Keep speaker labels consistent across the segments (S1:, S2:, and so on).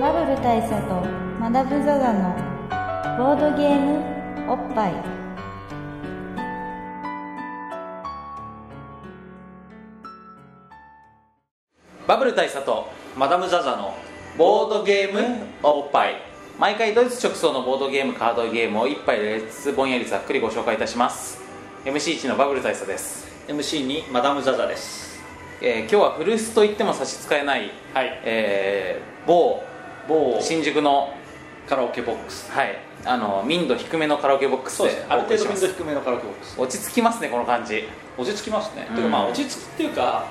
S1: 大佐とマダム・ザ・ザのボードゲームおっぱい
S2: バブル大佐とマダム・ザ・ザのボードゲームおっぱい毎回ドイツ直送のボードゲームカードゲームを一杯でつつぼんやりざっくりご紹介いたします MC1 のバブル大佐です
S3: MC にマダム・ザ・ザです
S2: えー今日は古巣と言っても差し支えない、
S3: はい
S2: えー某
S3: 某
S2: 新宿の,、
S3: カラオケボックス
S2: はい、あの民度低めのカラオケボックス
S3: そう
S2: で
S3: ですねあ
S2: お
S3: る
S2: 送
S3: 程
S2: りしま
S3: 度頻度
S2: す
S3: 低めのカラオケボックス
S2: 落ち着きますねこの感じ
S3: 落ち着きますね、
S2: うん
S3: てかまあ落ち着くっていうか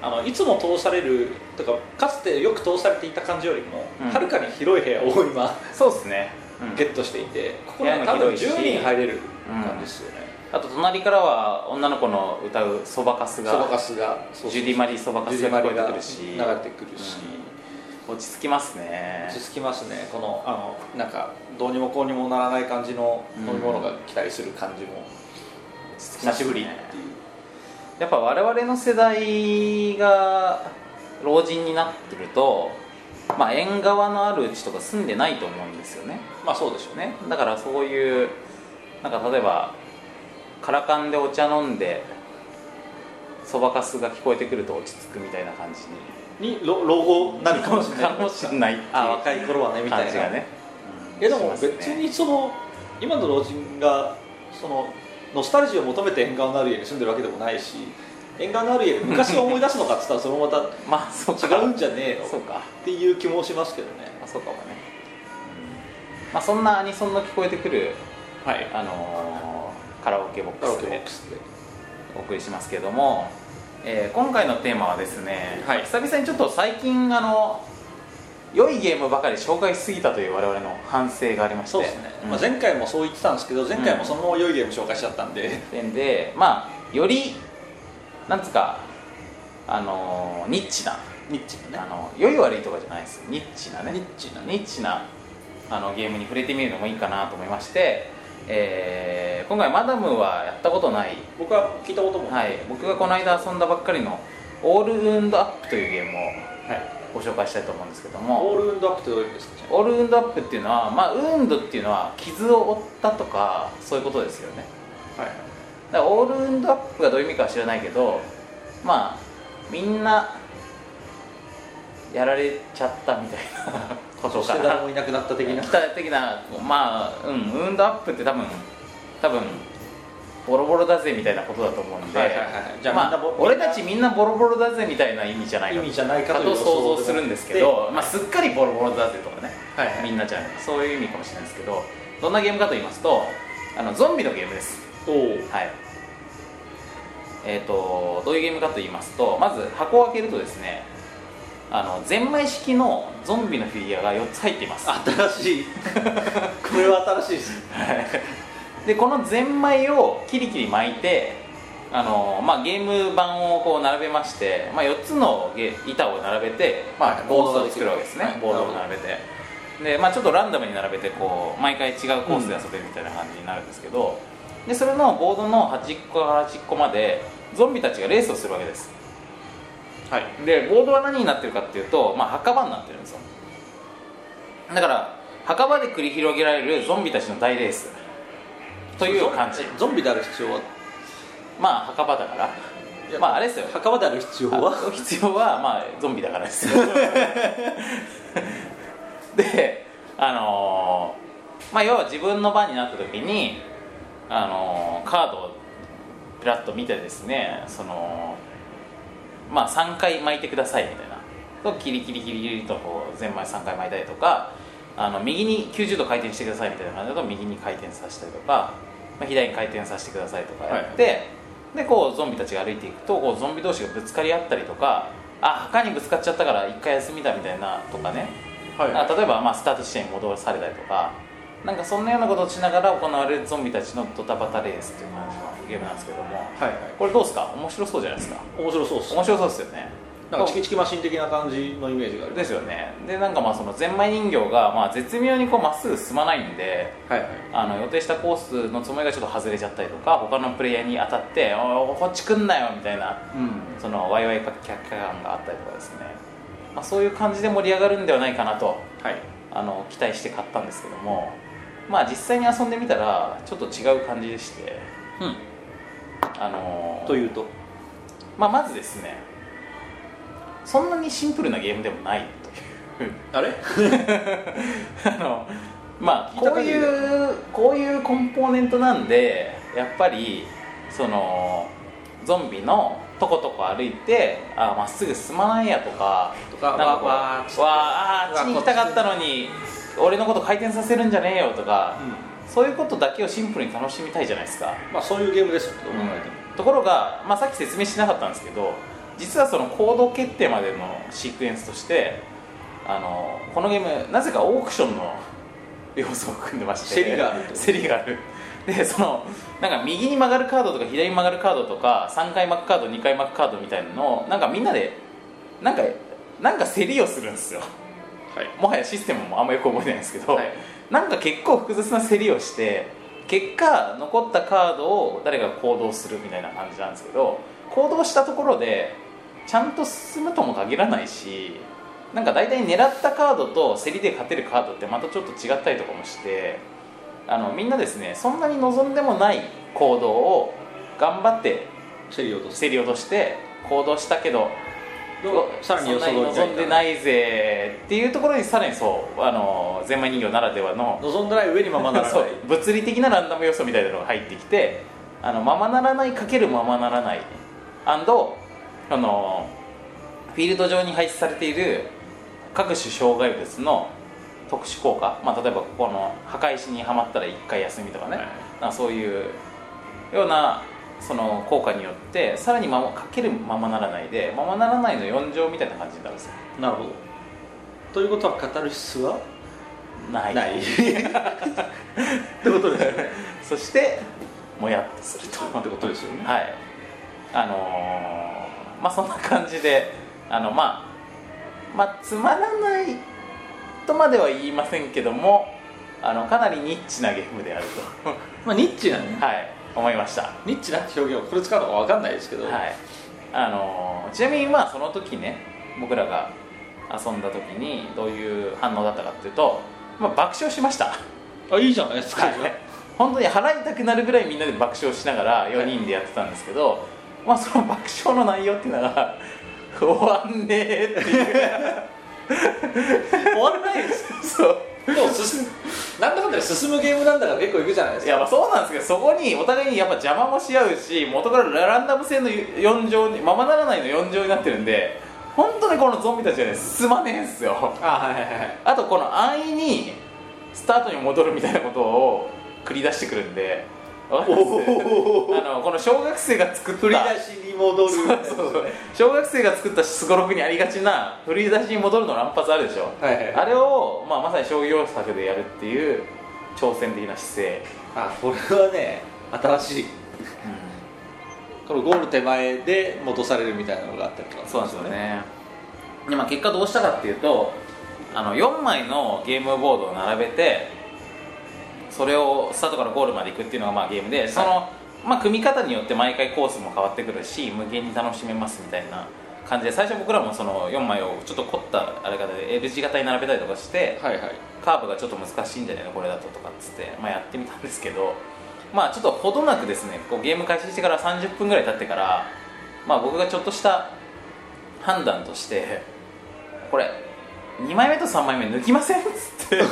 S3: あのいつも通されるとかかつてよく通されていた感じよりも
S2: うん
S3: はる、かに広い部屋を今
S2: そうですね、うん
S3: ゲットしていてここ
S2: 部屋
S3: な
S2: も
S3: んか多分
S2: 広いし
S3: 10人入れる感じですよね、
S2: あと隣からは女の子の歌うそばかすが
S3: そばかすがそうそう
S2: ジュディ・マリーそばかす
S3: ジュデ
S2: が
S3: ィマ
S2: 聞
S3: リ
S2: こえ
S3: ーが
S2: て
S3: 流
S2: く
S3: れ
S2: るし、
S3: てくるし、
S2: 落ち着きますね
S3: 落ち着きますねこのあのなんかどうにもこうにもならない感じの飲み物が来たりする感じも、久しぶりっていう
S2: やっぱ我々の世代が老人になってるとまあ縁側のあるうちとか住んでないと思うんですよね
S3: まあそうでしょうね
S2: ねだからそういうなんか例えばカラカンでお茶飲んでそばかすが聞こえてくると落ち着くみたいな感じに
S3: に老老後になるかもしれない
S2: かもしれないっていう
S3: あ若い頃はねみたい
S2: 感
S3: な
S2: じがね
S3: いやで
S2: し
S3: も
S2: ますね
S3: 別にその今の老人がそのノスタルジーを求めて縁側のある家に住んでるわけでもないし縁側のある家で昔を思い出すのかっつったらそれもまた
S2: まあそうか
S3: 違うんじゃねえの
S2: そう
S3: っ
S2: か
S3: ていう気もしますけどね
S2: まあそうかもね、うんまあそんなアニソンの聞こえてくる
S3: はい
S2: あのーカラオケボッ
S3: カ
S2: ク
S3: ラオ
S2: ス
S3: ケボッ
S2: で
S3: クスで
S2: お送りしますけども、えー今回のテーマはですね、
S3: はい
S2: 久々にちょっと最近あの良いゲームばかり紹介しすぎたという我々の反省がありまして
S3: そうですね、
S2: うん
S3: まあ、前回もそう言ってたんですけど前回もそのまま良いゲーム紹介しちゃったんで、
S2: 点でまあよりなんつうかあのーニッチな、
S3: ニッチな
S2: あ
S3: ね
S2: の良い悪いとかじゃないですニッチなね
S3: ニッチなね
S2: ニッチなあのゲームに触れてみるのもいいかなと思いまして、えー今回マダムはやったことない
S3: 僕は聞いたことも
S2: はい、僕がこの間遊んだばっかりの「オールウンドアップ」というゲーム
S3: はい
S2: をご紹介したいと思うんですけど
S3: オ
S2: も
S3: ールウンドアップってどういう意味ですか
S2: オールウンドアップっていうのはまあウンドっていうのは傷を負ったとかそういうことですよね
S3: はい
S2: だからオールウンドアップがどういう意味かは知らないけどまあみんなやられちゃったみたい なこと
S3: そし
S2: か
S3: て
S2: な
S3: 誰 もいなくなった的な
S2: 期待的なまあうんウンドアップって多分多分ボロボロだぜみたいなことだと思うんで、
S3: はいはいはいはいじゃあ
S2: ま
S3: みんなボ
S2: あ、俺たちみんなボロボロだぜみたいな意味じゃない
S3: 意
S2: か
S3: 味じゃないか
S2: か
S3: とい
S2: と
S3: う
S2: 想像するんですけど、まあ、すっかりボロボロだぜとかね、
S3: はいはい
S2: みんなじゃないそういう意味かもしれないですけどどんなゲームかと言いますとあのゾンビのゲームです
S3: おお
S2: はいえー、とどういうゲームかと言いますとまず箱を開けるとですねあのゼンマイ式のゾンビのフィギュアが4つ入っています
S3: 新しいこれは新しいです
S2: でこのゼンマイをキリキリ巻いてあの、まあ、ゲーム版をこう並べまして、まあ、4つのゲ板を並べて、ま
S3: は
S2: あ、
S3: い
S2: ボードを作るわけですね、
S3: はい
S2: ボードを並べてで、まあ、ちょっとランダムに並べてこう毎回違うコースで遊べるみたいな感じになるんですけど、でそれのボードの端っこから端っこまでゾンビたちがレースをするわけです
S3: はい
S2: でボードは何になってるかっていうと、まあ、墓場になってるんですよだから墓場で繰り広げられるゾンビたちの大レースという感じ
S3: ゾンビである必要は
S2: まあ墓場だから
S3: いや
S2: まああれですよ
S3: 墓場である必要は
S2: あ必要はまあゾンビだから ですよであのーまあ要は自分の番になった時にあのーカードをピラッと見てですねそのまあ3回巻いてくださいみたいなとキリキリキリキリとこうゼンマイ3回巻いたりとかあの右に90度回転してくださいみたいな感じだと右に回転させたりとか、まあ、左に回転させてくださいとかやって、でこうゾンビたちが歩いていくとこうゾンビ同士がぶつかり合ったりとかあ墓にぶつかっちゃったから一回休みだみたいなとかね、
S3: はい
S2: あ例えばまあスタート地点に戻されたりとかなんかそんなようなことをしながら行われるゾンビたちのドタバタレースっていう感じのゲームなんですけども、
S3: はい
S2: これどうですか面白そうじゃないですか
S3: 面白そうっす
S2: 面白そうですよね
S3: なんかチキチキマシン的な感じのイメージがある
S2: ですよねでなんかまあそのゼンマイ人形がまあ絶妙にこうまっすぐ進まないんで
S3: はいはい
S2: あの予定したコースのつもりがちょっと外れちゃったりとか他のプレイヤーに当たって「おいこっち来んなよ」みたいな
S3: うん
S2: そのワイワイかキャッキャ感があったりとかですね、まあ、そういう感じで盛り上がるんではないかなと
S3: はい
S2: あの期待して買ったんですけどもまあ実際に遊んでみたらちょっと違う感じでして
S3: うん
S2: あの
S3: というと
S2: まあ、まずですねそんなにシンプルなゲームでもないという
S3: あれ
S2: あのまあ
S3: 聞いた
S2: こう
S3: 限りで
S2: いうこういうコンポーネントなんでやっぱりそのゾンビのとことこ歩いてあまっすぐ進まないやとか
S3: とか
S2: なんかこう
S3: わーわーっつって
S2: わーあーあっちに行きたかった
S3: うわ
S2: のに俺のこと回転させるんじゃねえよとか、
S3: う
S2: そういうことだけをシンプルに楽しみたいじゃないですか
S3: んまあそういうゲームですよどう考えても
S2: ところが、まあ、さっき説明しなかったんですけど実はその行動決定までのシークエンスとしてあのこのゲームなぜかオークションの要素を組んでまして
S3: 競りがあると
S2: 競りがあるでそのなんか右に曲がるカードとか左に曲がるカードとか3回巻くカード2回巻くカードみたいなのをなんかみんなでなんかなんか競りをするんですよ
S3: はい
S2: もはやシステムもあんまよく覚えてないんですけど、
S3: はい
S2: なんか結構複雑な競りをして結果残ったカードを誰かが行動するみたいな感じなんですけど行動したところでちゃんと進むとも限らないしなんか大体狙ったカードと競りで勝てるカードってまたちょっと違ったりとかもしてあのみんなですねそんなに望んでもない行動を頑張って
S3: シェリーを落とす
S2: 競り落として行動したけど
S3: さらに予想
S2: そんなに
S3: 通り
S2: 望んでないぜっていうところにさらにそうあのゼンマイ人形ならではの
S3: 望んでない上にままならな
S2: そ
S3: いう
S2: 物理的なランダム要素みたいなのが入ってきてあのままならないかけるままならないアンドあのフィールド上に配置されている各種障害物の特殊効果、まあ、例えばここの墓石にはまったら1回休みとかね、
S3: はい
S2: なんかそういうようなその効果によってさらにままかけるままならないでままならないの4乗みたいな感じになるんですよ
S3: なるほどということは語る必要は
S2: ない
S3: ない ってことですよね
S2: そしてもやっとすると
S3: ってことですよね
S2: はいあのーまあそんな感じであのまあまあつまらないとまでは言いませんけどもあのかなりニッチなゲームである
S3: まあニッチなんで
S2: と
S3: ね
S2: はい思いました
S3: ニッチなって表現をこれ使うのかわかんないですけど
S2: はいあのーちなみにまあその時ね僕らが遊んだ時にどういう反応だったかっていうと、まあ、爆笑しました
S3: あいいじゃないですか
S2: はい 本当に払いたくなるぐらいみんなで爆笑しながら4人でやってたんですけど、まあその爆笑の内容っていうのが 終わんねえっていう
S3: 終わらないです
S2: そう
S3: でも進むなんだかんだで進むゲームなんだから結構いくじゃないです
S2: い
S3: か
S2: やまあそうなんですけどそこにお互いにやっぱ邪魔もし合うし元からランダム性の4乗にままならないの4乗になってるんで本当にこのゾンビたちはね進まねえんすよ
S3: あはいはいはい
S2: あとこの安易にスタートに戻るみたいなことを繰り出してくるんでわかります
S3: お
S2: あのこの小学生が作った
S3: 振り出しに戻る
S2: そうそうそう小学生が作ったすごろくにありがちな振り出しに戻るの乱発あるでしょ、
S3: はいはい
S2: あれを、まあ、まさに商業作でやるっていう挑戦的な姿勢、
S3: あこれはね新しいこのゴール手前で戻されるみたいなのがあったりとか
S2: そうなんですよねで、まあ、結果どうしたかっていうとあの4枚のゲームボードを並べてそれをスタートからゴールまで行くっていうのがまあゲームでその、まあ、組み方によって毎回コースも変わってくるし無限に楽しめますみたいな感じで最初僕らもその4枚をちょっと凝ったあれ方で L 字型に並べたりとかして、
S3: はいはい
S2: カーブがちょっと難しいんじゃないのこれだととかっつって、まあ、やってみたんですけどまあちょっとほどなくですねこうゲーム開始してから30分ぐらい経ってから、まあ、僕がちょっとした判断としてこれ2枚目と3枚目抜きませんっつって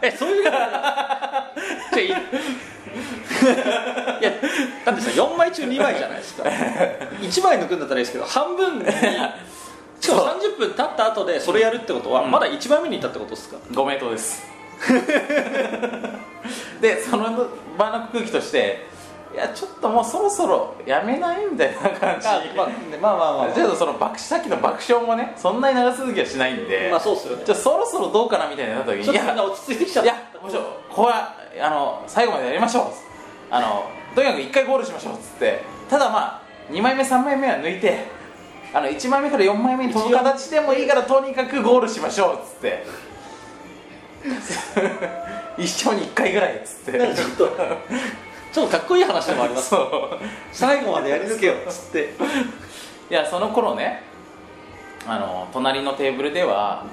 S3: えそういうじゃいいいやだってさ4枚中2枚じゃないですか1枚抜くんだったらいいですけど半分にしかも30分経った後でそれやるってことは、
S2: うん
S3: まだ1枚目にいたってことですか
S2: ご名答です でその場の空気としていやちょっともうそろそろやめないみたいな感じ
S3: あまあ、まあまあまあ、
S2: ちょっとその爆さっきの爆笑もねそんなに長続きはしないんで、
S3: まあそうっすよね
S2: じゃあそろそろどうかなみたいになった時に
S3: ちょ
S2: い
S3: っとみんな
S2: や
S3: 落ち着いてきちゃっ
S2: い
S3: た
S2: やもちろんこれはあの最後までやりましょうあのとにかく1回ゴールしましょうっつってただまあ2枚目3枚目は抜いてあの1枚目から4枚目に飛ぶ形でもいいからとにかくゴールしましょうっつって 一生に1回ぐらいっつって
S3: なんかちょっとちょっとかっこいい話でもあります
S2: そう
S3: 最後までやり抜けよっつって
S2: いやその頃ねあの隣のテーブルでは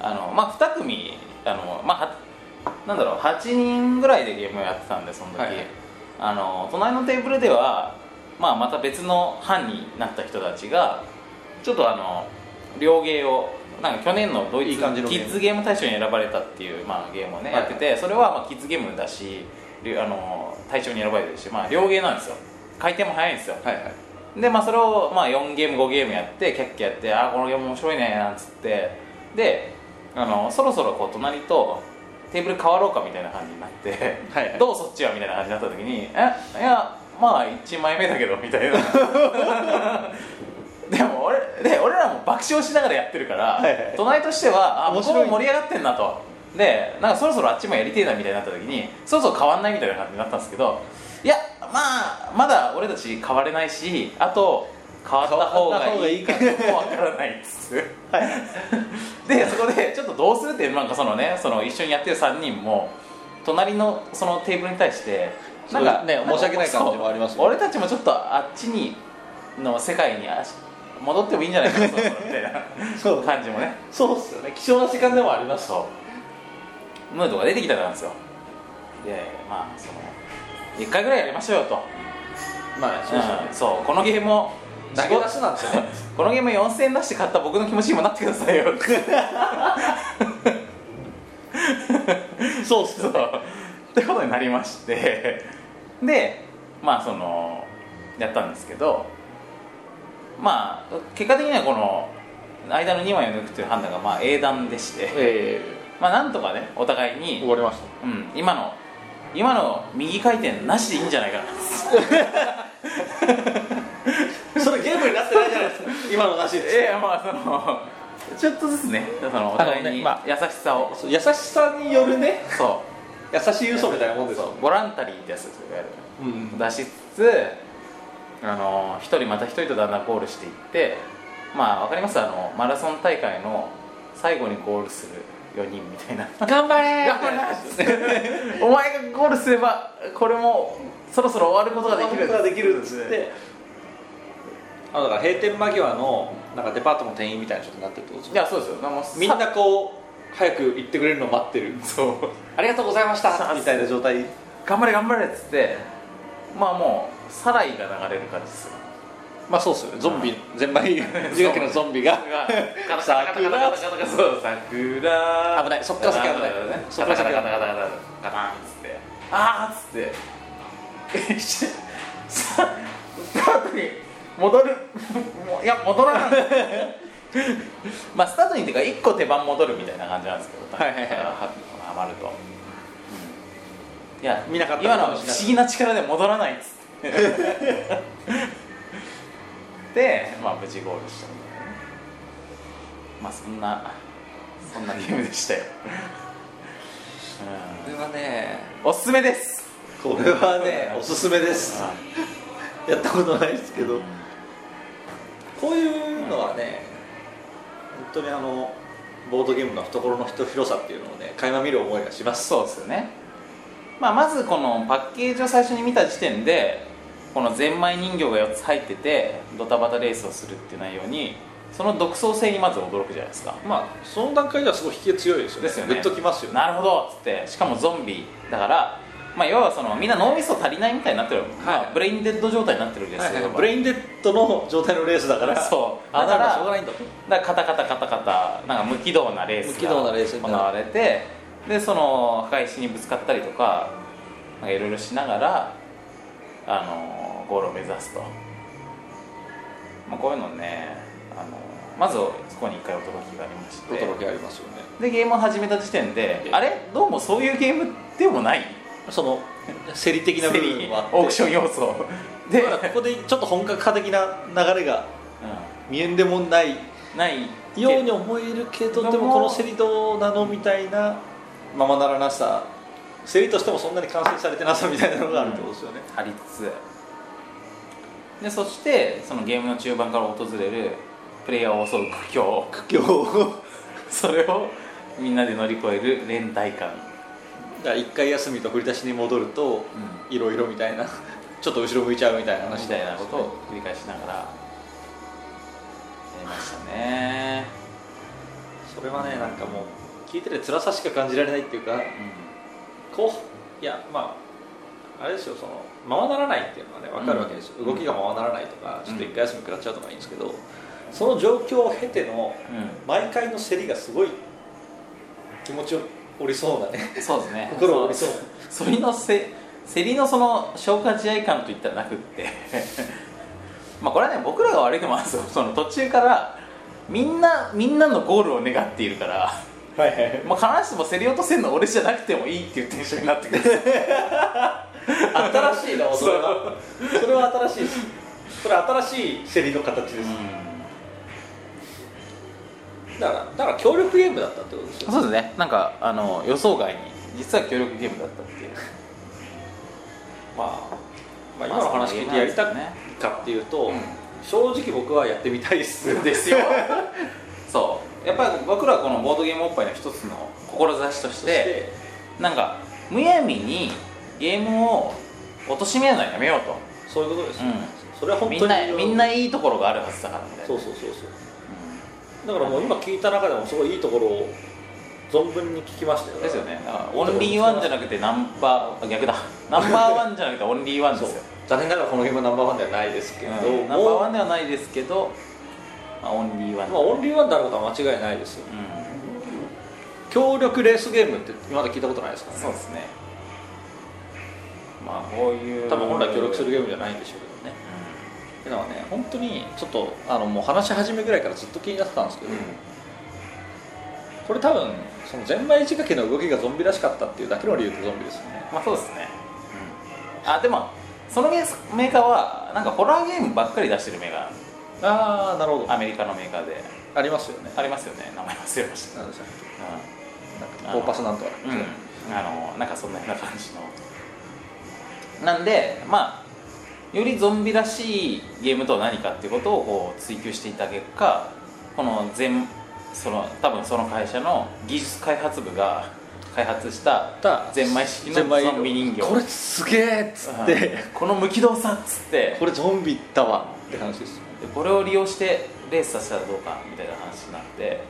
S2: あの、まあ、2組あのまあはなんだろう8人ぐらいでゲームをやってたんでその時、
S3: はいはい
S2: あの隣のテーブルでは、まあ、また別の班になった人たちがちょっとあの両芸をなんか去年のドイツ
S3: いい感じのゲ
S2: キ
S3: ーム
S2: ッズゲーム大賞に選ばれたっていう、まあ、ゲームをね、
S3: はい
S2: やっててそれは、まあ、キッズゲームだしりあの大賞に選ばれてるし、まあ、両芸なんですよ回転も早いんですよ、
S3: はいはい
S2: でまあそれをまあ4ゲーム5ゲームやってキャッキャやってああこのゲーム面白いねなんつってであのそろそろこう隣とテーブル変わろうかみたいな感じになって、
S3: はいはい
S2: どうそっちはみたいな感じになった時にえいやまあ1枚目だけどみた いなでも俺で俺らも爆笑しながらやってるから、
S3: はいはい
S2: 隣としてはあ
S3: 面
S2: 向こ
S3: 白いう
S2: も盛り上がってんなとでなんかそろそろあっちもやりてえなみたいになった時にそろそろ変わんないみたいな感じになったんですけどいやまあまだ俺たち変われないしあと変わった方
S3: 変わった方
S2: が
S3: が
S2: い
S3: い
S2: い
S3: い
S2: か
S3: か
S2: もわからないっつってでそこでちょっとどうするってなんかそのねその一緒にやってる3人も隣のそのテーブルに対してなんか
S3: そうね申し訳ない感じもありますよね
S2: そう俺たちもちょっとあっちにの世界に足戻ってもいいんじゃないかなそろそろみたいな
S3: そう
S2: 感じもね
S3: そうっすよね貴重な時間でもあります
S2: そうムードが出てきたからなんですよでまあその1回ぐらいやりましょうよと
S3: まあそうですよね
S2: んそうこのゲームも
S3: 投げ出しなんですよね
S2: このゲーム4000円出して買った僕の気持ちにもなってくださいよ
S3: そうっす
S2: そ
S3: よ
S2: う
S3: ね
S2: ってことになりましてでまあそのやったんですけどまあ結果的にはこの間の2枚を抜くという判断がまあ英断でして、
S3: え
S2: まあなんとかねお互いに
S3: え終わりまし
S2: うん、今の今の右回転なしでいいんじゃないかな
S3: たそれゲームになってないじゃないですか今のなしです
S2: いやまあそのちょっとずつねそのお互いに優
S3: ねま
S2: し
S3: あ
S2: さを、
S3: そう優しさによるね
S2: そ
S3: 優しい嘘みたいなもんで
S2: う
S3: すよ
S2: ボランタリーってやつですよいわゆる
S3: うん
S2: 出しつつあの一人また一人とだんだんゴールしていってまあわかりますあのマラソン大会の最後にゴールする4人みたいな
S3: 頑張れ
S2: 頑張れお前がゴー ルすればこれもそろそろ終わることができる
S3: ができるっつってあのだから閉店間際のなんかデパートの店員みたいな人になってるってことです
S2: い
S3: ね
S2: やそうですよもうさ
S3: みんなこう早く行ってくれるのを待ってる
S2: そう
S3: ありがとうございまし
S2: さ
S3: たみたいな状態
S2: 頑張れ頑張れっつってまあもうサライが流れる感じですよ
S3: まあそうっすよねゾンビ全 枚銃撃のゾンビが
S2: カタカタカタカタ
S3: 桜
S2: カタカタそう桜
S3: 危ないそっから先危ない
S2: ね
S3: そ
S2: カ
S3: っ
S2: タ
S3: から
S2: カタカタカタカタ
S3: 先危ない
S2: カタンっつってあーっつってさスタートに戻るもういや戻らないまあスタートにっていうか一個手番戻るみたいな感じなんですけど
S3: はいはいはい
S2: はまると、いや
S3: 見なかった
S2: 今の
S3: か
S2: は
S3: も
S2: 不
S3: しれない
S2: 思議な力で戻らないっつってでまあ無事ゴールしたんだよねまあそんなそんなゲームでしたよ、
S3: これはね
S2: うん、おすすめです
S3: これはねおすすめですやったことないですけどこういうのはね本当にあのボードゲームの懐の広さっていうのをね垣間見る思いがします
S2: そうですよね、まあ、まずこのパッケージを最初に見た時点でこのゼンマイ人形が4つ入っててドタバタレースをするっていう内容にその独創性にまず驚くじゃないですか
S3: まあその段階ではすごい引き強いですよね
S2: ですよね
S3: グッときますよね
S2: なるほどっつってしかもゾンビだからまあ要はそのみんな脳みそ足りないみたいになってる、まあブレインデッド状態になってるじゃないですか、
S3: ブレインデッドの状態のレースだから
S2: そう
S3: あだから
S2: だから
S3: しょうがないんだと
S2: だからカタカタカタカタなんか無軌道なレースが
S3: 無軌道なレースにな
S2: 行
S3: る
S2: われてでその墓石にぶつかったりとかなんかいろいろしながらあのゴールを目指すと、まあ、こういうのねあのまずそこに一回驚きがありまして
S3: 驚きありますよね
S2: でゲームを始めた時点で
S3: ええ
S2: あれどうもそういうゲームでもない
S3: その競り的な部
S2: セリ
S3: 分もあって
S2: オークション要素で、
S3: だからここでちょっと本格化的な流れが
S2: う
S3: 見えんでもない
S2: んない
S3: ように思えるけど
S2: けど
S3: でもこの競りどうなのみたいなままならなさ競りとしてもそんなに完成されてなさみたいなのがあるってことですよね、
S2: ありつつでそしてそのゲームの中盤から訪れるプレイヤーを襲う苦境
S3: 今日
S2: それをみんなで乗り越える連帯感、
S3: だから一回休みと振り出しに戻るといろいろみたいな ちょっと後ろ向いちゃうみたいな話
S2: みたいなことを繰り返しながらやりましたね
S3: それはねなんかもう聞いてて辛さしか感じられないっていうかこういやまああれですよそのままならないっていうのはね分かるわけですよ、
S2: うん
S3: 動きがままならないとかちょっと一
S2: うん
S3: 回休み食らっちゃうとかいいんですけど、その状況を経ての
S2: う
S3: 毎回の競りがすごい気持ちを折りそうなね
S2: んそうですね
S3: 心を折りそうな
S2: それのせ競りのその消化試合感といったらなくって まあこれはね僕らが悪いのもあるんですよ その途中からみんなみんなのゴールを願っているから、
S3: はいはいはい
S2: まあ、必ずしも競り落とせるの俺じゃなくてもいいっていうテンションになってくる
S3: 新しいなそれはそれは新しいですそれは新しい競りの形です、だからだから協力ゲームだったってことですよ
S2: そうですねなんかあの予想外に実は協力ゲームだったっていう
S3: まあ、
S2: ま
S3: まあ、今
S2: あ
S3: の話聞いてやりたかっていうと、
S2: うん
S3: 正直僕はやってみたいです
S2: ですよそうやっぱり僕らはこのボードゲームおっぱいの一つの志と してなんかむやみにゲームを貶としめるのはやめようと
S3: そういうことです、
S2: うん
S3: それは本当
S2: み
S3: に
S2: んなみんないいところがあるはずだからみたいな
S3: そうそうそうそうだからもう今聞いた中でもすごいいいところを存分に聞きましたよ
S2: うんですよねだからオンリーワンじゃなくてナンバーあ逆だナンバーワンじゃなくてオンリーワンで
S3: そう
S2: すよ、
S3: 残念ながらこのゲームはナンバーワンではないですけど、
S2: うんナンバーワンではないですけど、まあ、オンリーワン
S3: まあ、オンリーワンであることは間違いないですよ
S2: う
S3: 協力レースゲームって今まで聞いたことないですか
S2: ん
S3: ら
S2: そう
S3: ね
S2: ですねまあこういう
S3: 多分本来協力す
S2: ゲ
S3: るゲームじゃないんでしょうけどねっていうのはね本当にちょっとあのもう話し始めぐらいからずっと気になってたんですけど、これ多分そのゼンマイ仕掛けの動きがゾンビらしかったっていうだけの理由でゾンビですよね
S2: まあそうですね、あでもそのメーカーはなんかホラーゲームばっかり出してるメーカ
S3: ああなるほ
S2: ーアメリカのメーカーで
S3: ありますよね
S2: ありますよね名前忘れました
S3: なんでしたっ
S2: う
S3: け
S2: あ
S3: なんか
S2: の
S3: コーパスなんとか
S2: ん、うん、あのなんかそんなような感じのなんでまあよりゾンビらしいゲームとは何かっていうことをこう追求していた結果この全その多分その会社の技術開発部が開発したゼンマイ式の
S3: ゼンマイ
S2: ゾンビ人形
S3: これすげえっつって
S2: うんこの無軌道さっつって
S3: これゾンビだわって話ですよ
S2: でこれを利用してレースさせたらどうかみたいな話になって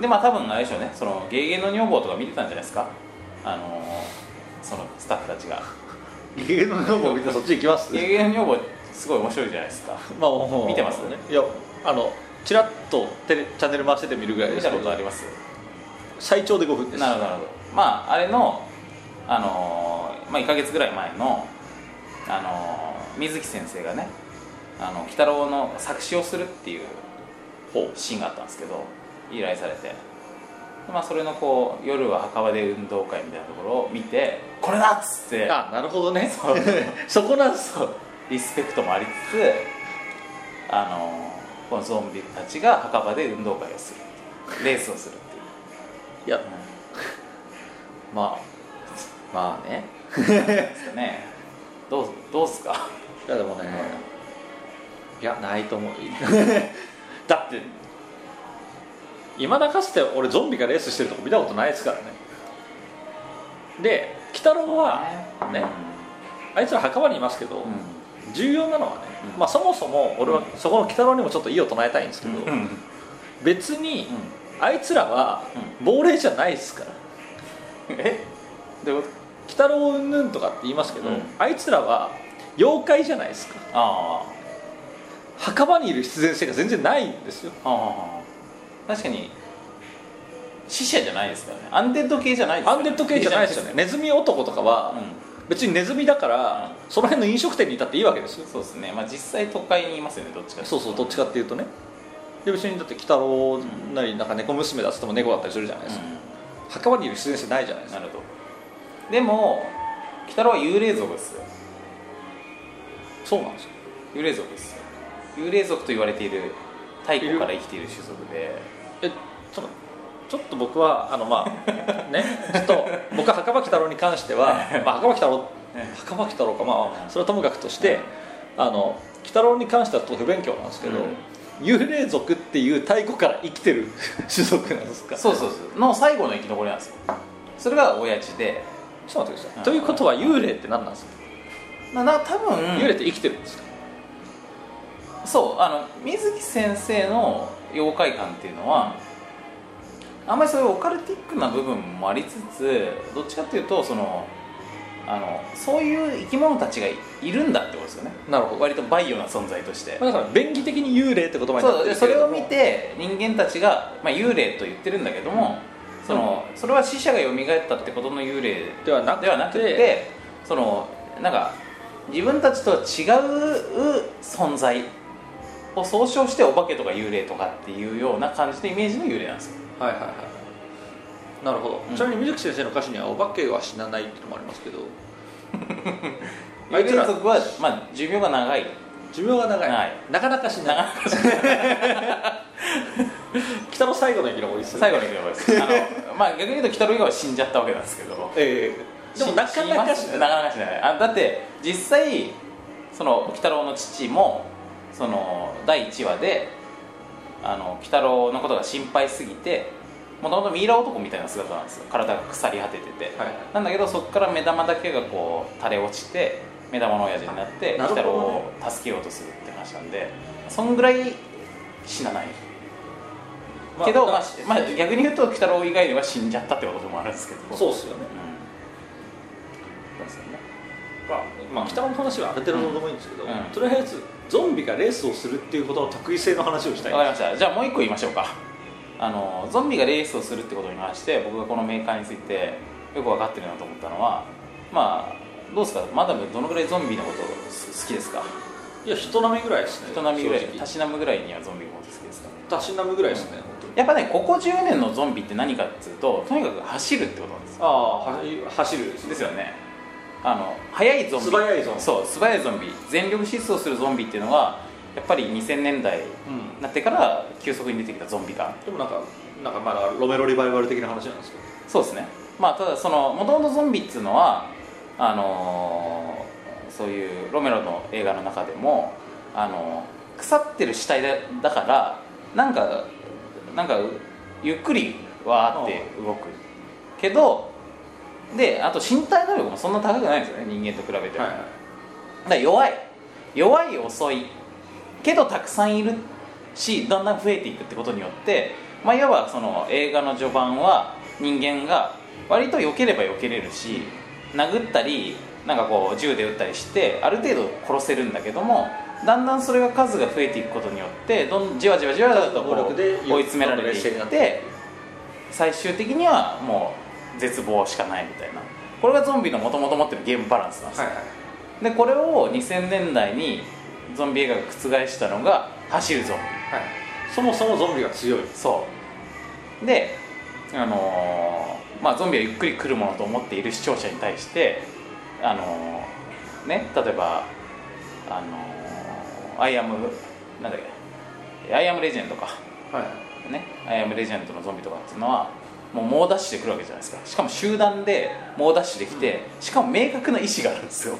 S2: でまあ多分あれでしょうねそのゲーゲーの女房とか見てたんじゃないですかあのーそのスタッフたちが
S3: ゲームの方もみんなそっち行きます
S2: ゲーゲーの女房すごい面白いじゃないですか
S3: まあもう
S2: 見てますよね
S3: いやあのチラッとテレチャンネル回してて見るぐらいで
S2: 見
S3: す
S2: た
S3: け
S2: こと
S3: ど
S2: あります
S3: 最長で5分です
S2: なるほどなるほどまああれのあのーまあ1か月ぐらい前のあのー水木先生がねあの鬼太郎の作詞をするっていう
S3: ほ
S2: シーンがあったんですけど依頼されて、まあ、それのこう夜は墓場で運動会みたいなところを見てこれだっつって
S3: あなるほどね
S2: そう
S3: そこなんですよ
S2: リスペクトもありつつあのこのゾンビたちが墓場で運動会をするっていうレースをするっていう、
S3: いや
S2: ま
S3: まあね
S2: あですかねどうどうっすか
S3: いやでもね、いやないと思う だっていまだかつて俺ゾンビがレースしてるとこ見たことないですからねで鬼太郎はねあいつら墓場にいますけど、
S2: うん
S3: 重要なのはね、
S2: うん
S3: まあ、そもそも俺はそこの鬼太郎にもちょっと異を唱えたいんですけど、
S2: うんうん
S3: 別にあいつらは
S2: う
S3: 亡霊じゃないですから
S2: えどういうこと
S3: 鬼太郎うんぬんとかって言いますけど、
S2: うん
S3: あいつらは妖怪じゃないですか
S2: ああ
S3: 墓場にいる必然性が全然ないんですよ
S2: ああ確かに死者じゃないですからねアンデッド系じゃないです
S3: アンデッド系じゃないですよねネズミ男とかは、別にネズミだから、その辺の飲食店にいたっていいわけです
S2: う
S3: よ
S2: んそうですねまあ実際都会にいますよねどっちか
S3: そうそうどっち
S2: か
S3: かっていうとねで別にだって鬼太郎なりなんか猫娘だっつっても猫だったりするじゃないですか、墓場にいる必然性ないじゃないです
S2: な
S3: か
S2: るほどでも鬼太郎は幽霊族ですよ
S3: そうなんですよ
S2: 幽霊族ですよ幽霊族と言われている太古から生きている種族で
S3: えちょっとちょっと僕はあのまあねちょっと僕は墓場鬼太郎に関しては、まあ、墓場鬼太郎
S2: ね
S3: 墓場鬼太郎かまあそれはともかくとしてあの鬼太郎に関してはちょっと不勉強なんですけど、
S2: うん
S3: 幽霊族っていう太古から生きてる 種族なんですか
S2: そうそうそうの最後の生き残りなんですよそれが親父で
S3: ちょっと待ってくださ
S2: うん
S3: いということは幽霊って何なんですか、
S2: まあな多分
S3: 幽霊って生きてるんですか
S2: そうあの水木先生の妖怪観っていうのは、あんまりそういうオカルティックな部分もありつつどっちかっていうとそのあのそういう生き物たちがいいるんだってことですよね
S3: なるほど
S2: 割とバイオな存在として
S3: まあだから便宜的に幽霊って言葉にな
S2: そ
S3: っ
S2: う
S3: て
S2: で
S3: る
S2: そ
S3: け
S2: れ
S3: ど
S2: を
S3: も
S2: 見て人間たちが、まあ、幽霊と言ってるんだけども、そのそれは死者が蘇ったってことの幽霊
S3: ではなくて
S2: ではなくてそのなんか自分たちとは違う存在を総称してお化けとか幽霊とかっていうような感じのイメージの幽霊なんですよ
S3: はいはいはいなるほど、
S2: うん
S3: ちなみに水木先生の歌詞には「お化けは死 なない」ってのもありますけどあ
S2: 幽
S3: い
S2: 霊
S3: つら
S2: 族は、まあ、寿命が長い
S3: 寿命が長い、
S2: はい
S3: なかなか死
S2: 長
S3: なない
S2: い
S3: 北の最後の生き残りです
S2: 最
S3: 後
S2: 後の言葉ですあのまあ逆に言うと鬼太郎以外は死んじゃったわけなんですけど
S3: ええでもなかなか死
S2: 死
S3: な
S2: に
S3: な
S2: ます
S3: い
S2: なかなか死なないあだって実際その鬼太郎の父もその第1話であの鬼太郎のことが心配すぎてもともとミイラ男みたいな姿なんですよ体が腐り果ててて、
S3: はい
S2: なんだけどそこから目玉だけがこう垂れ落ちて目玉の親父になって
S3: な
S2: 鬼
S3: るほ
S2: 太郎
S3: どね
S2: を助けようとするって話なんでそんぐらい死なないけど、まあしまあ、逆に言うと鬼太郎以外では死んじゃったってこともあるんですけど
S3: そうっすよね
S2: うん、そうですよね
S3: まあ、まあ、北の話はある程度どうでもいいんですけど、
S2: うん
S3: とりあえずゾンビがレースをするっていうことの得意性の話をしたい
S2: わかりましたじゃあもう一個言いましょうかあのゾンビがレースをするってことに関して僕がこのメーカーについてよく分かってるなと思ったのはまあどうですかマダムどのぐらいゾンビのことす好きですか
S3: いや人並みぐらいですね
S2: 人並みぐらい
S3: 正
S2: た
S3: 直
S2: しなむぐらいにはゾンビのこと好きですか
S3: たしなむぐらいですね、本当に
S2: やっぱねここ10年のゾンビって何かっつうととにかく走るってことなんですよ
S3: ああは走るです
S2: ですよねあの速いゾンビ
S3: 素早いゾンビ
S2: そう素早いゾンビ全力疾走するゾンビっていうのがやっぱり2000年代
S3: うん
S2: になってから急速に出てきたゾンビ感
S3: でもなんかなんかまだロメロリバイバル的な話なんですけど
S2: そうですねまあただそのもともとゾンビっつうのはあのーそういうロメロの映画の中でも、あのー腐ってる死体だだからなんかなんかゆっくりわーって動くけどであと身体能力もそんな高くないんですよね人間と比べても、だから弱い弱い遅いけどたくさんいるしだんだん増えていくってことによって、まあ、いわばその映画の序盤は人間が割と避ければ避けれるし殴ったりなんかこう銃で撃ったりしてある程度殺せるんだけどもだんだんそれが数が増えていくことによってどんじわじわじわじわとこう追い詰められていって最終的にはもう絶望しかないみたいなこれがゾンビのもともと持ってるゲームバランスなんですよ、
S3: はいはい
S2: でこれを2000年代にゾンビ映画が覆したのが「走るゾンビ
S3: はいそもそもゾンビが強い」
S2: そうであのーまあゾンビはゆっくり来るものと思っている視聴者に対してあのーね例えば「あのーアイアムなんだっけアイアムレジェンドか
S3: はい
S2: ねアイアムレジェンドのゾンビとかっていうのはもう猛ダッシュで来るわけじゃないですかしかも集団で猛ダッシュで来て、しかも明確な意思があるんですよ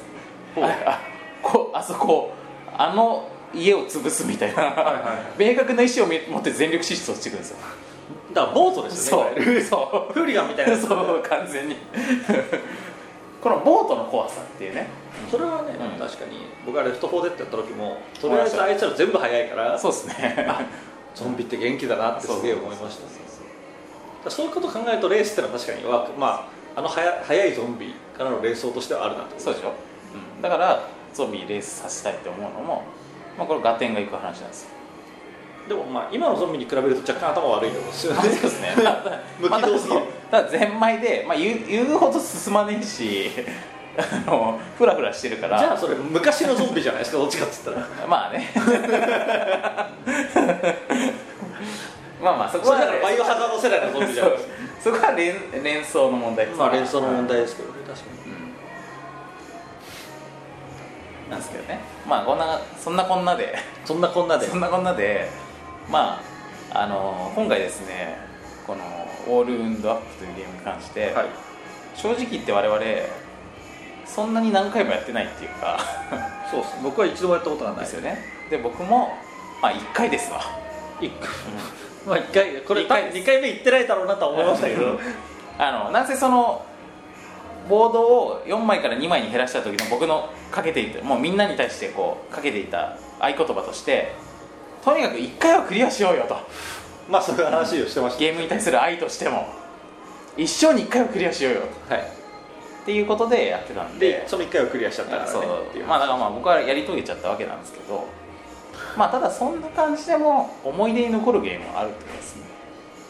S3: ほう
S2: ああこあそこあの家を潰すみたいな、
S3: はい
S2: 明確な意思をみ持って全力疾走していくんですよ
S3: だからボートです
S2: そ
S3: よねいわゆる
S2: うそう
S3: フーリガンみたいな やつ
S2: そう完全に このボートの怖さっていうね
S3: それはね、
S2: うん
S3: 確かに僕あれフットフォーデッドやった時もとりあえずあいつら全部速いから
S2: そうですね
S3: ゾンビって元気だなってすげえ思いましたね
S2: そうそうそう
S3: だからそういうことを考えるとレースってのは確かに弱くまああの速速いゾンビからの連想としてはあるなと
S2: そうでしょ、うん、だからゾンビレースさせたいって思うのも、まあ、これ合点がいく話なんですよ
S3: でもまあ今のゾンビに比べると若干頭悪いと思うんですよ
S2: そう
S3: ね
S2: ですね
S3: 無軌道すぎる
S2: まあだからゼンマイで、まあ、言う言うほど進まねえしあのフラフラしてるから
S3: じゃあそれ昔のゾンビじゃないですかどっちかっつったら
S2: まあねまあまあそこ
S3: そ
S2: は
S3: れだからバイオハザード世代のゾンビじゃないですか
S2: そうそこは連連想の問題です
S3: まあ連想の問題ですけどね確かに
S2: うんなんですけどねまあこんなそんなこんなで
S3: そんなこんなで
S2: そんなこんなでまああの今回ですねこの「オールウンドアップ」というゲームに関して、
S3: はい
S2: 正直言って我々そんなに何回もやってないっていうか
S3: そうです僕は一度もやったことがない
S2: ですよねで僕もまあ1回ですわ
S3: 一回まあ一回これ
S2: 一
S3: 多
S2: 回
S3: 分2回目行ってないだろうなとは思いましたけど
S2: あのなんせそのボードを4枚から2枚に減らした時の僕のかけていたもうみんなに対してこうかけていた合言葉としてとにかく1回はクリアしようよと
S3: まあそういう話をしてました、
S2: ゲームに対する愛としても一生に一回はクリアしようよ
S3: はい
S2: っていうことでやってたん
S3: で
S2: で
S3: その1回をクリアしちゃったからね
S2: そう
S3: っていう
S2: まあだからまあ僕はやり遂げちゃったわけなんですけどまあただそんな感じでも思い出に残るゲームはあるってことですね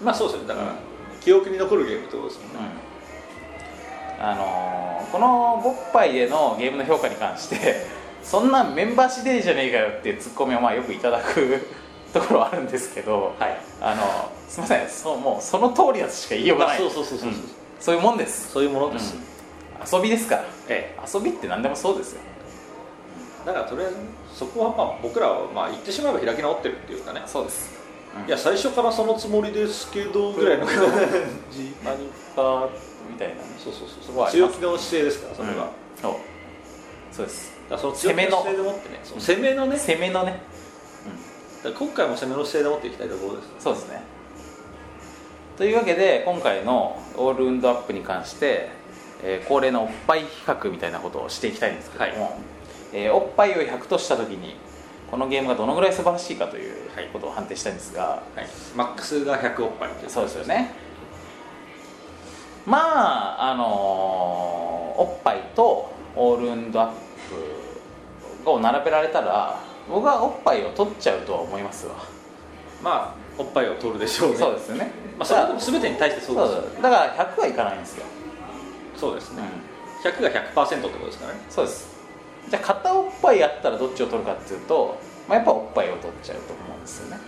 S3: まあそうですよねだから、
S2: うん
S3: 記憶に残るゲームってことですもんね、
S2: うんあのーこの「ボッパイ」でのゲームの評価に関して そんなメンバー次第じゃねえかよっていうツッコミをまあよくいただくところはあるんですけど、
S3: はい
S2: あのすいませんそうもうその通りだとしか言いようが
S3: ま
S2: な
S3: あ
S2: い、
S3: そうそうそうそう、
S2: んそういうもんです
S3: そういうものです、
S2: うん遊びですから
S3: え
S2: 遊びって何でもそうですよ
S3: えだからとりあえずねそこはまあ僕らはまあ言ってしまえば開き直ってるっていうかね
S2: そうです、うん
S3: いや最初からそのつもりですけどぐら いの感じ
S2: 何かみたいなね
S3: そうそうそうそ
S2: こはあり
S3: 強
S2: ます
S3: 気の姿勢ですからそれが、
S2: うんそうそうです
S3: だからその強気の姿勢でもってねそう攻めのねだか
S2: 攻めのね、
S3: ら今回も攻めの姿勢でもっていきたいところです
S2: うん、そうですねというわけで今回のオールウンドアップに関して、えー恒例のおっぱい企画みたいなことをしていきたいんですけども、えーおっぱいを100とした時にこのゲームがどのぐらい素晴らしいかという
S3: はい
S2: ことを判定したいんですが、
S3: はいマックスが100おっぱいっていう
S2: そうですよねまああのーおっぱいとオールウンドアップを並べられたら僕はおっぱいを取っちゃうとは思いますわ、
S3: まあおっぱいを取るでしょうね
S2: そうですよね
S3: まあそれはでも全てに対してそうですよ
S2: そうだから100はいかないんですよ、
S3: そうです
S2: う
S3: ね、
S2: ん、
S3: 100が100%ってことですからね
S2: そうですじゃあ片おっぱいやったらどっちを取るかっていうと、まあ、やっぱおっぱいを取っちゃうと思うんですよね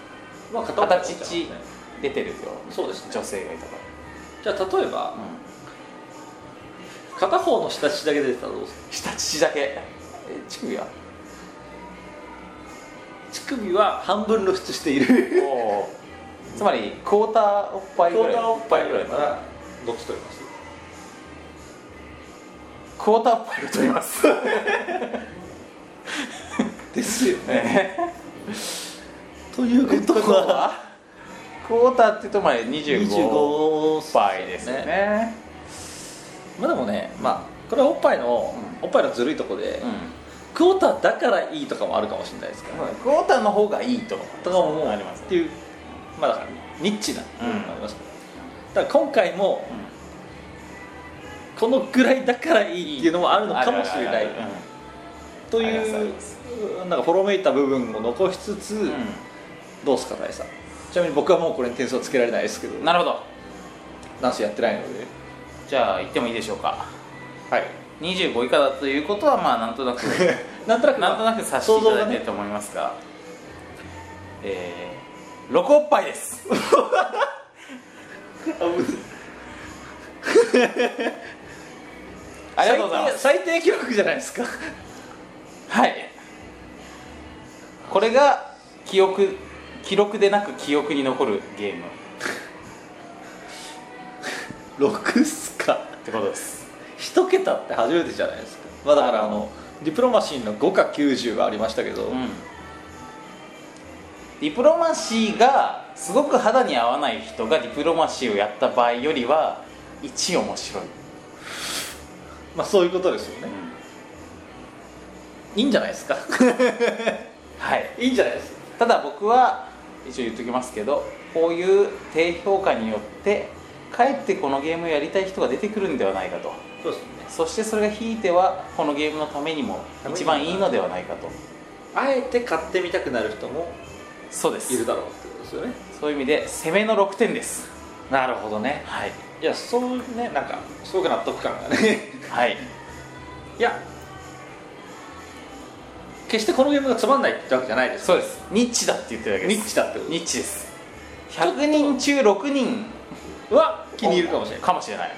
S3: まあ片方
S2: 片
S3: の方
S2: 乳
S3: じゃない
S2: 出てるよ
S3: そうですね
S2: 女性がいたか
S3: じゃあ例えば
S2: ら、う、ん
S3: 片方の下乳だけ出てたらどうす
S2: 下
S3: る
S2: 乳だけえ乳首は
S3: 乳首は半分露出している
S2: おおつまりクォーターおっぱ
S3: ク
S2: いぐ
S3: ォ
S2: ら
S3: ー
S2: い
S3: ターおっぱいぐらい
S2: だ
S3: ならどっち取ります
S2: クォーターおっぱいを取ります
S3: ですよね
S2: ね
S3: ということ
S2: クォータ
S3: は
S2: ークォーターって言うとまあ25おっ
S3: 25
S2: ぱいですよね
S3: まあでもねまあこれはおっぱいの、おっぱいのずるいとこで、
S2: うん
S3: クォーターだからいいとかもあるかもしれないですから、
S2: クォーターの方がいいと
S3: とかももう
S2: あります
S3: っていうまあだからニッチな部分もありますから、だから今回も、このぐらいだからいいっていうのもあるのかもしれないと
S2: ありますあ
S3: い
S2: り
S3: う
S2: ます
S3: なんかフォロめいた部分を残しつつ、どうですか大佐ちなみに僕はもうこれに点数をつけられないですけど
S2: うんなるほど
S3: ダンスやってないので
S2: じゃあ言ってもいいでしょうか
S3: はい
S2: 25以下だということはまあなんと なく
S3: なんとなく
S2: なんとなく察していただいてると思いますがえー、6おっぱいですありがとうございます
S3: 最低最低記録じゃないですか
S2: はいこれが記憶記録でなく記憶に残るゲーム
S3: 6っすか
S2: ってことです
S3: 一桁って初めてじゃないですかまあだからあのディプロマシーの5か90はありましたけど、
S2: うんディプロマシーがすごく肌に合わない人がディプロマシーをやった場合よりは1面白い、
S3: まあそういうことですよねいいんじゃないですか
S2: はい
S3: いいんじゃないですか
S2: ただ僕は一応言っときますけどこういう低評価によってかえってこのゲームをやりたい人が出てくるんではないかと
S3: そうですね
S2: そしてそれがひいてはこのゲームのためにも一番いいのではないかと
S3: あえて買ってみたくなる人も
S2: そうです
S3: いるだろうってことですよね
S2: そういう意味で攻めの6点です
S3: なるほどね
S2: はい
S3: いやそうねなんかすごく納得感がね
S2: はい
S3: いや決してこのゲームがつまんないってわけじゃないです
S2: そうですニッチだって言ってるだけです
S3: ニッチだってこと
S2: ニッチです100人中6人
S3: は気に入るかもしれない
S2: かもしれない、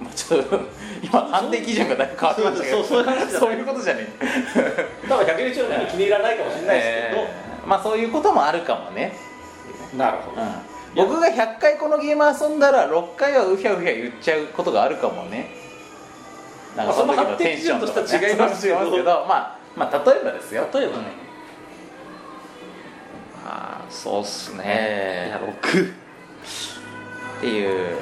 S2: うんまあ、ちょっと今判定基準がだいぶ変わってましたけど
S3: そうそうそういう話じゃない
S2: いうことじゃね
S3: 多分100日のに気に入らないかもしれ
S2: え
S3: ないですけど、
S2: えーまあそういうこともあるかもね、
S3: なるほど、
S2: うん、僕が100回このゲーム遊んだら6回はウヒャウヒャ言っちゃうことがあるかもねなんかその時のテンションとか、ね、
S3: その判定基準としては違いますけど
S2: そう違いまあまあ例えばですよ
S3: 例えばね
S2: うん
S3: ああそうっすね、
S2: えー
S3: いや6
S2: っていう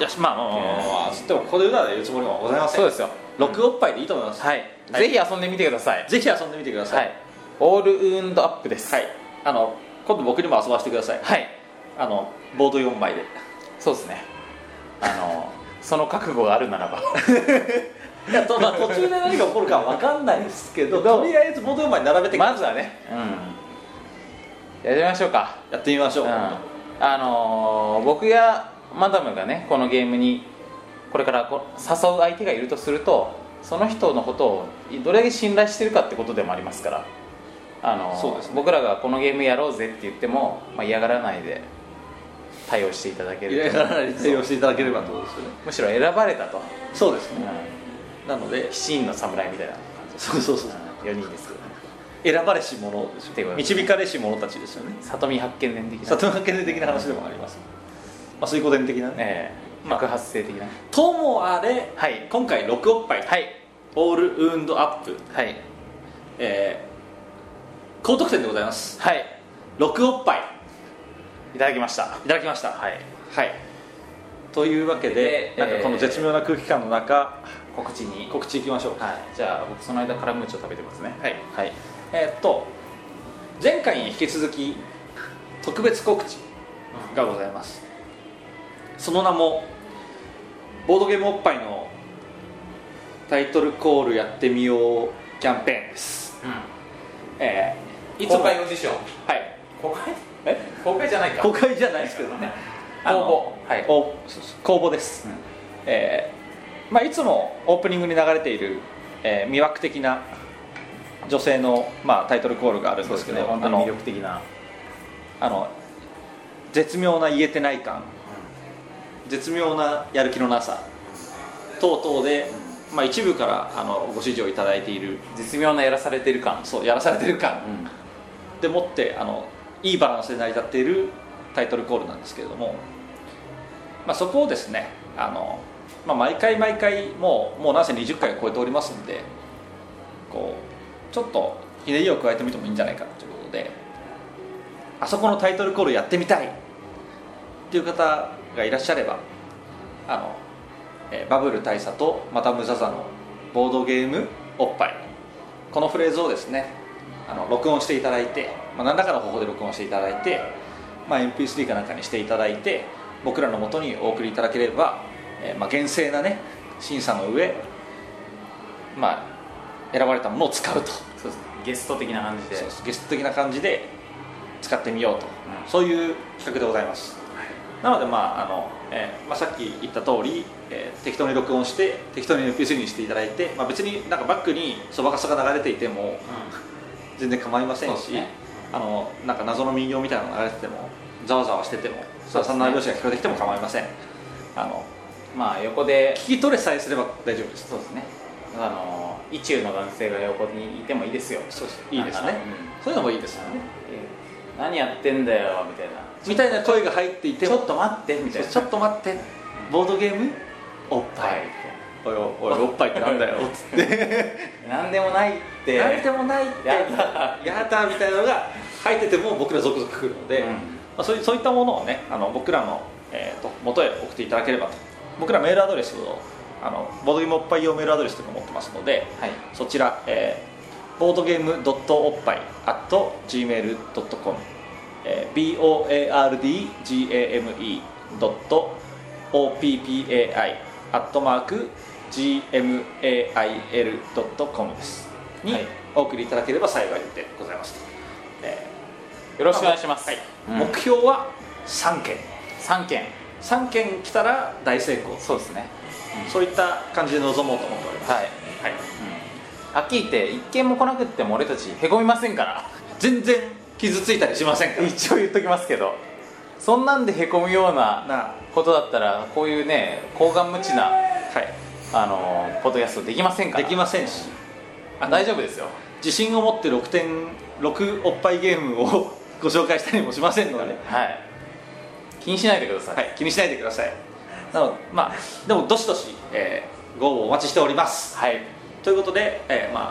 S3: よしまあまあまあまあまあつってもここで歌で言うつもりもございません
S2: そうですよ
S3: 6おっぱいでいいと思います、
S2: はい、
S3: はい
S2: ぜひ遊んでみてください
S3: ぜひ遊んでみてくださ、
S2: はいいオールウンドアップです
S3: はいあの今度僕にも遊ばせてください
S2: はい
S3: あのボード4枚で
S2: そうですねあのその覚悟があるな らば
S3: いやとまあ途中で何が起こるかは分かんないですけどとりあえずボード4枚並べて
S2: まずはねうんやりましょうか
S3: やってみましょう、
S2: うんあのー僕やマダムがねこのゲームにこれからこ誘う相手がいるとするとその人のことをどれだけ信頼してるかってことでもありますから、あのー
S3: そうですね
S2: 僕らがこのゲームやろうぜって言っても、まあ、嫌がらないで対応していただけ
S3: いろ
S2: る
S3: い
S2: と
S3: ろなり対応していただければということですよね
S2: むしろ選ばれたと、
S3: そうです
S2: うん
S3: ね、なので
S2: 七人の侍みたいな感
S3: そうそうそう、
S2: じ、うん、4人ですけどね
S3: 選ばれし者です
S2: っていうこ
S3: よ
S2: とです
S3: 導かれし者たちですよね
S2: 里見発見伝的な
S3: 里村健的な話でもあります、まあ、水滸伝的なね
S2: ええ爆発性的な
S3: ともあれ、
S2: はい
S3: 今回6おっぱい、
S2: はい
S3: オールウーンドアップ、
S2: はい
S3: えー高得点でございます
S2: はい
S3: 6おっぱい
S2: いただきました
S3: いただきました
S2: はい
S3: はいというわけで、
S2: で
S3: なんかこの絶妙な空気感の中、
S2: 告知に
S3: 告知いきましょうか
S2: はいじゃあ僕その間カラムーチョ食べてますね
S3: はい
S2: はい
S3: えーっと前回に引き続き特別告知がございますその名も「ボードゲームおっぱい」のタイトルコールやってみようキャンペーンですえー、いつもはい
S2: 用辞書公開
S3: え
S2: 公開じゃないか
S3: 公開じゃないですけどね
S2: あの
S3: 公募
S2: はい
S3: おそうそう公募です、
S2: うん
S3: えーまあ、いつもオープニングに流れている、えー魅惑的な女性の、まあ、タイトルコールがあるん
S2: そう
S3: で
S2: ですす
S3: け
S2: け
S3: ど
S2: ど本当
S3: あ
S2: に
S3: の
S2: 魅力的な
S3: あの絶妙な言えてない感、絶妙なやる気のなさ等々で、まあ、一部からあのご支持をいただいている
S2: 絶妙なやらされてる感
S3: そうやらされてる感
S2: ん
S3: でもってあのいいバランスで成り立っているタイトルコールなんですけれども、まあ、そこをですねあの、まあ、毎回毎回もうもうなんせ20回を超えておりますんでこうちょっとひねりを加えてみてもいいんじゃないかということであそこのタイトルコールやってみたいっていう方がいらっしゃればあの、えーバブル大佐とマダム・ザ・ザのボードゲームおっぱいこのフレーズをですねあの録音していただいて、まあ、何らかの方法で録音していただいて、まあ、MP3 かなんかにしていただいて僕らのもとにお送りいただければ、えーまあ、厳正なね審査の上、まあ、選ばれたものを使うと
S2: そうですねゲスト的な感じで
S3: そうですゲスト的な感じで使ってみようと、
S2: うん
S3: そういう企画でございます、なのでまああの、えーまあ、さっき言った通り、えー適当に録音して適当に MP3 にしていただいて、まあ、別になんかバックにそばかすが流れていても全然構いません
S2: そう
S3: し、
S2: ですね
S3: あのなんか謎の民謡みたいなのが流れててもざわざわしてても
S2: そうですね
S3: そんな拍子が聞こえてきても構いませんあの
S2: うんまあ横で
S3: 聞き取れさえすれば大丈夫です
S2: そうですねあの意中の男性が横にいてもいいですよ
S3: そうですいいです
S2: なん
S3: ね
S2: か
S3: そういうのもいいですよ
S2: う
S3: ね
S2: ん何やってんだよみたいな
S3: みたいな声が入っていて
S2: ち
S3: も
S2: ょっと待ってみたいな
S3: ちょっと待ってボードゲームおっぱ
S2: はい
S3: い、おいおいおいおっぱいってなんだよつって
S2: 何でも ないって
S3: なんでもないって
S2: やだ
S3: やだみたいなのが入ってても僕ら続々来るので、
S2: うん
S3: まあ、そういそういったものをねあの僕らの、えーと元へ送っていただければと僕らメールアドレスをあのボードゲームおっぱい用メールアドレスとか持ってますので
S2: はい
S3: そちら、えー、ボードゲームドットおっぱい at gmail.com、えー、BOARDGAME ドット OPPAI at mark gmail.com ですに、
S2: はい
S3: お送りいただければ幸いでございますと、え
S2: よろしくお願いします、
S3: はい
S2: うん
S3: 目標は3件
S2: 3件
S3: 3件来たら大成功
S2: そうですね
S3: そういった感じで臨もうと思っております、
S2: はい、
S3: はい、
S2: うん、はっきり言って一件も来なくっても俺たちへこみませんから
S3: 全然傷ついたりしませんから
S2: 一応言っときますけどそんなんでへこむような
S3: な
S2: ことだったらこういうね高顔無知な
S3: はい
S2: あのポッドキャストできませんから
S3: できませんし
S2: あ大丈夫ですよ
S3: 自信を持って6.6おっぱいゲームをご紹介したりもしませんので、
S2: はい気にしないでください、
S3: はい、気にしないでくださいなのでまあでもどしどし、えーご応募お待ちしております
S2: はい
S3: ということで、えーまあ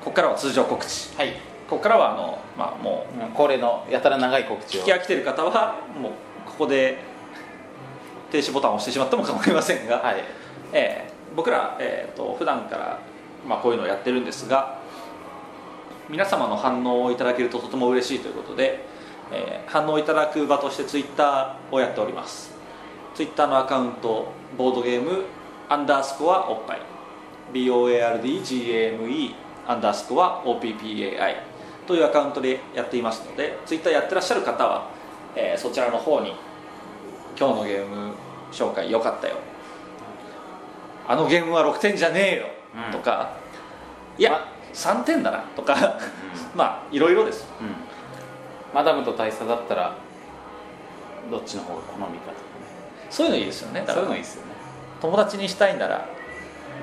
S3: ここからは通常告知
S2: はい
S3: ここからはあの、まあ、も
S2: うん恒例のやたら長い告知
S3: う
S2: を
S3: 聞き飽きてる方はもうここで停止ボタンを押してしまっても構いませんが、
S2: はい
S3: えー僕ら、えー、と普段から、まあ、こういうのをやってるんですが皆様の反応をいただけるととても嬉しいということで、えー反応いただく場としてツイッターをやっておりますツイッターのアカウントボードゲームアンダースコアおっぱい BOARDGAME アンダースコア OPPAI というアカウントでやっていますのでツイッターやってらっしゃる方は、えーそちらの方に今日のゲーム紹介良かったよあのゲームは6点じゃねえよ、
S2: うん
S3: とかいや3点だなとか まあいろいろです
S2: うんマダムと大佐だったらどっちの方が好みかと
S3: そういうのいいですよ
S2: か
S3: ね
S2: ね
S3: だ
S2: そ
S3: か
S2: うい
S3: ら
S2: うのいいですよね
S3: 友達にしたいなら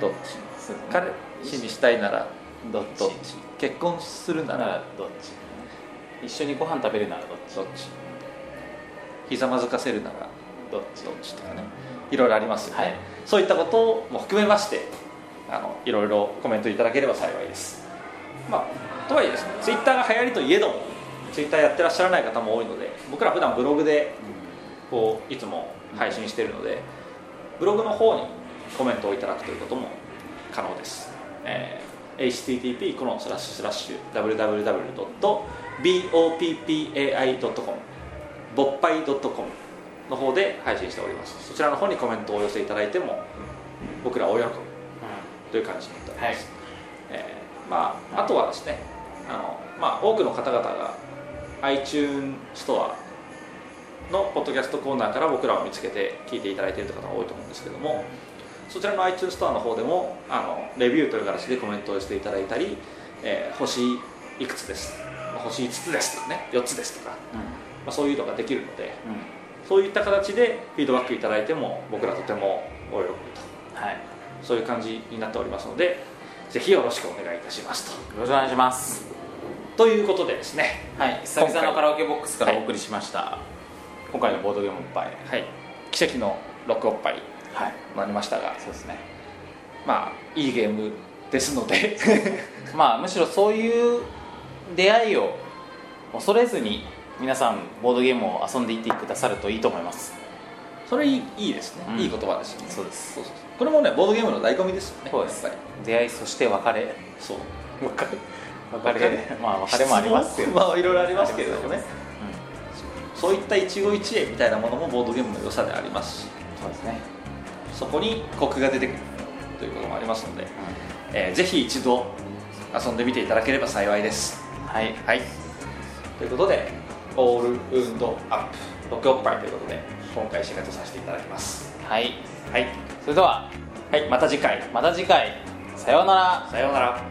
S3: どっち
S2: そうですね
S3: 彼氏にしたいなら
S2: どっ
S3: どっ
S2: ち
S3: ち結婚するな
S2: なら
S3: ら
S2: どっち一緒にご飯食べるならどっち
S3: どっちひざまずかせるなら
S2: どっち
S3: どっちとかねいろいろありますよね、
S2: はい
S3: そういったことも含めましてあのいろいろコメントいただければ幸いですまあとはいえですねツイッターが流行りといえどもツイッターやってらっしゃらない方も多いので僕ら普段ブログでこういつも配信しているのでブログの方にコメントをいただくということも可能です、えー http コロンスラッシュスラッシュ www.boppai.com ぼっぱい .com の方で配信しておりますそちらの方にコメントをお寄せいただいても僕らお喜びという感じになっており
S2: は
S3: ま
S2: い
S3: す、えーまあ、あとはですねあの、まあ、多くの方々が iTunes ストアのポッドキャストコーナーから僕らを見つけて聞いていただいている方が多いと思うんですけどもそちらの iTunes ストアの方でもあのレビューという形でコメントをしていただいたり、えー星いくつです星5つですとかね4つですとか、
S2: う
S3: まあ、そういうのができるので
S2: んうん
S3: そういった形でフィードバックいただいても僕らとてもお喜びと
S2: はい
S3: そういう感じになっておりますのでぜひよろしくお願いいたしますと
S2: よろしくお願いします
S3: ということでですね
S2: はい久々
S3: 今
S2: の
S3: 回
S2: カラオケボックスからお送りしました今回のボードゲームいっぱい
S3: はい奇跡のロックおっぱい
S2: はい
S3: となりましたが
S2: そうですね
S3: まあいいゲームですので
S2: まあむしろそういう出会いを恐れずに皆さんボードゲームを遊んでいってくださるといいと思います
S3: それいいいいですね、
S2: うん
S3: いい言葉ですよね
S2: そうです
S3: そうそうそうこれもねボードゲームの醍醐味ですよね
S2: そうです
S3: やっぱり
S2: 出会いそして別れ
S3: そう
S2: 別れ
S3: 別れ
S2: まあ別れもありますけど、
S3: 質 問まあいろいろありますけれどもね
S2: う
S3: そういった一期一会みたいなものもボードゲームの良さでありますし
S2: ん、そうですね、
S3: そこにコクが出てくるということもありますので、えーぜひ一度遊んでみていただければ幸いです
S2: はい
S3: はい、ということで、オールウンドアップ、ロックオッパイということで、今回締めとさせていただきます。
S2: はい
S3: はい、
S2: それでは
S3: はい、また次回、
S2: また次回さようなら
S3: さようなら。